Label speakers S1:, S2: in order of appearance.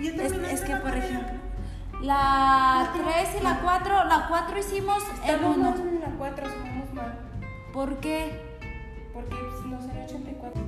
S1: es, es que, por ejemplo,
S2: La 3 y la 4, la 4 hicimos el
S1: estamos
S2: 1.
S1: en la 4, somos mal.
S2: ¿Por qué?
S1: Porque pues, no sería 84.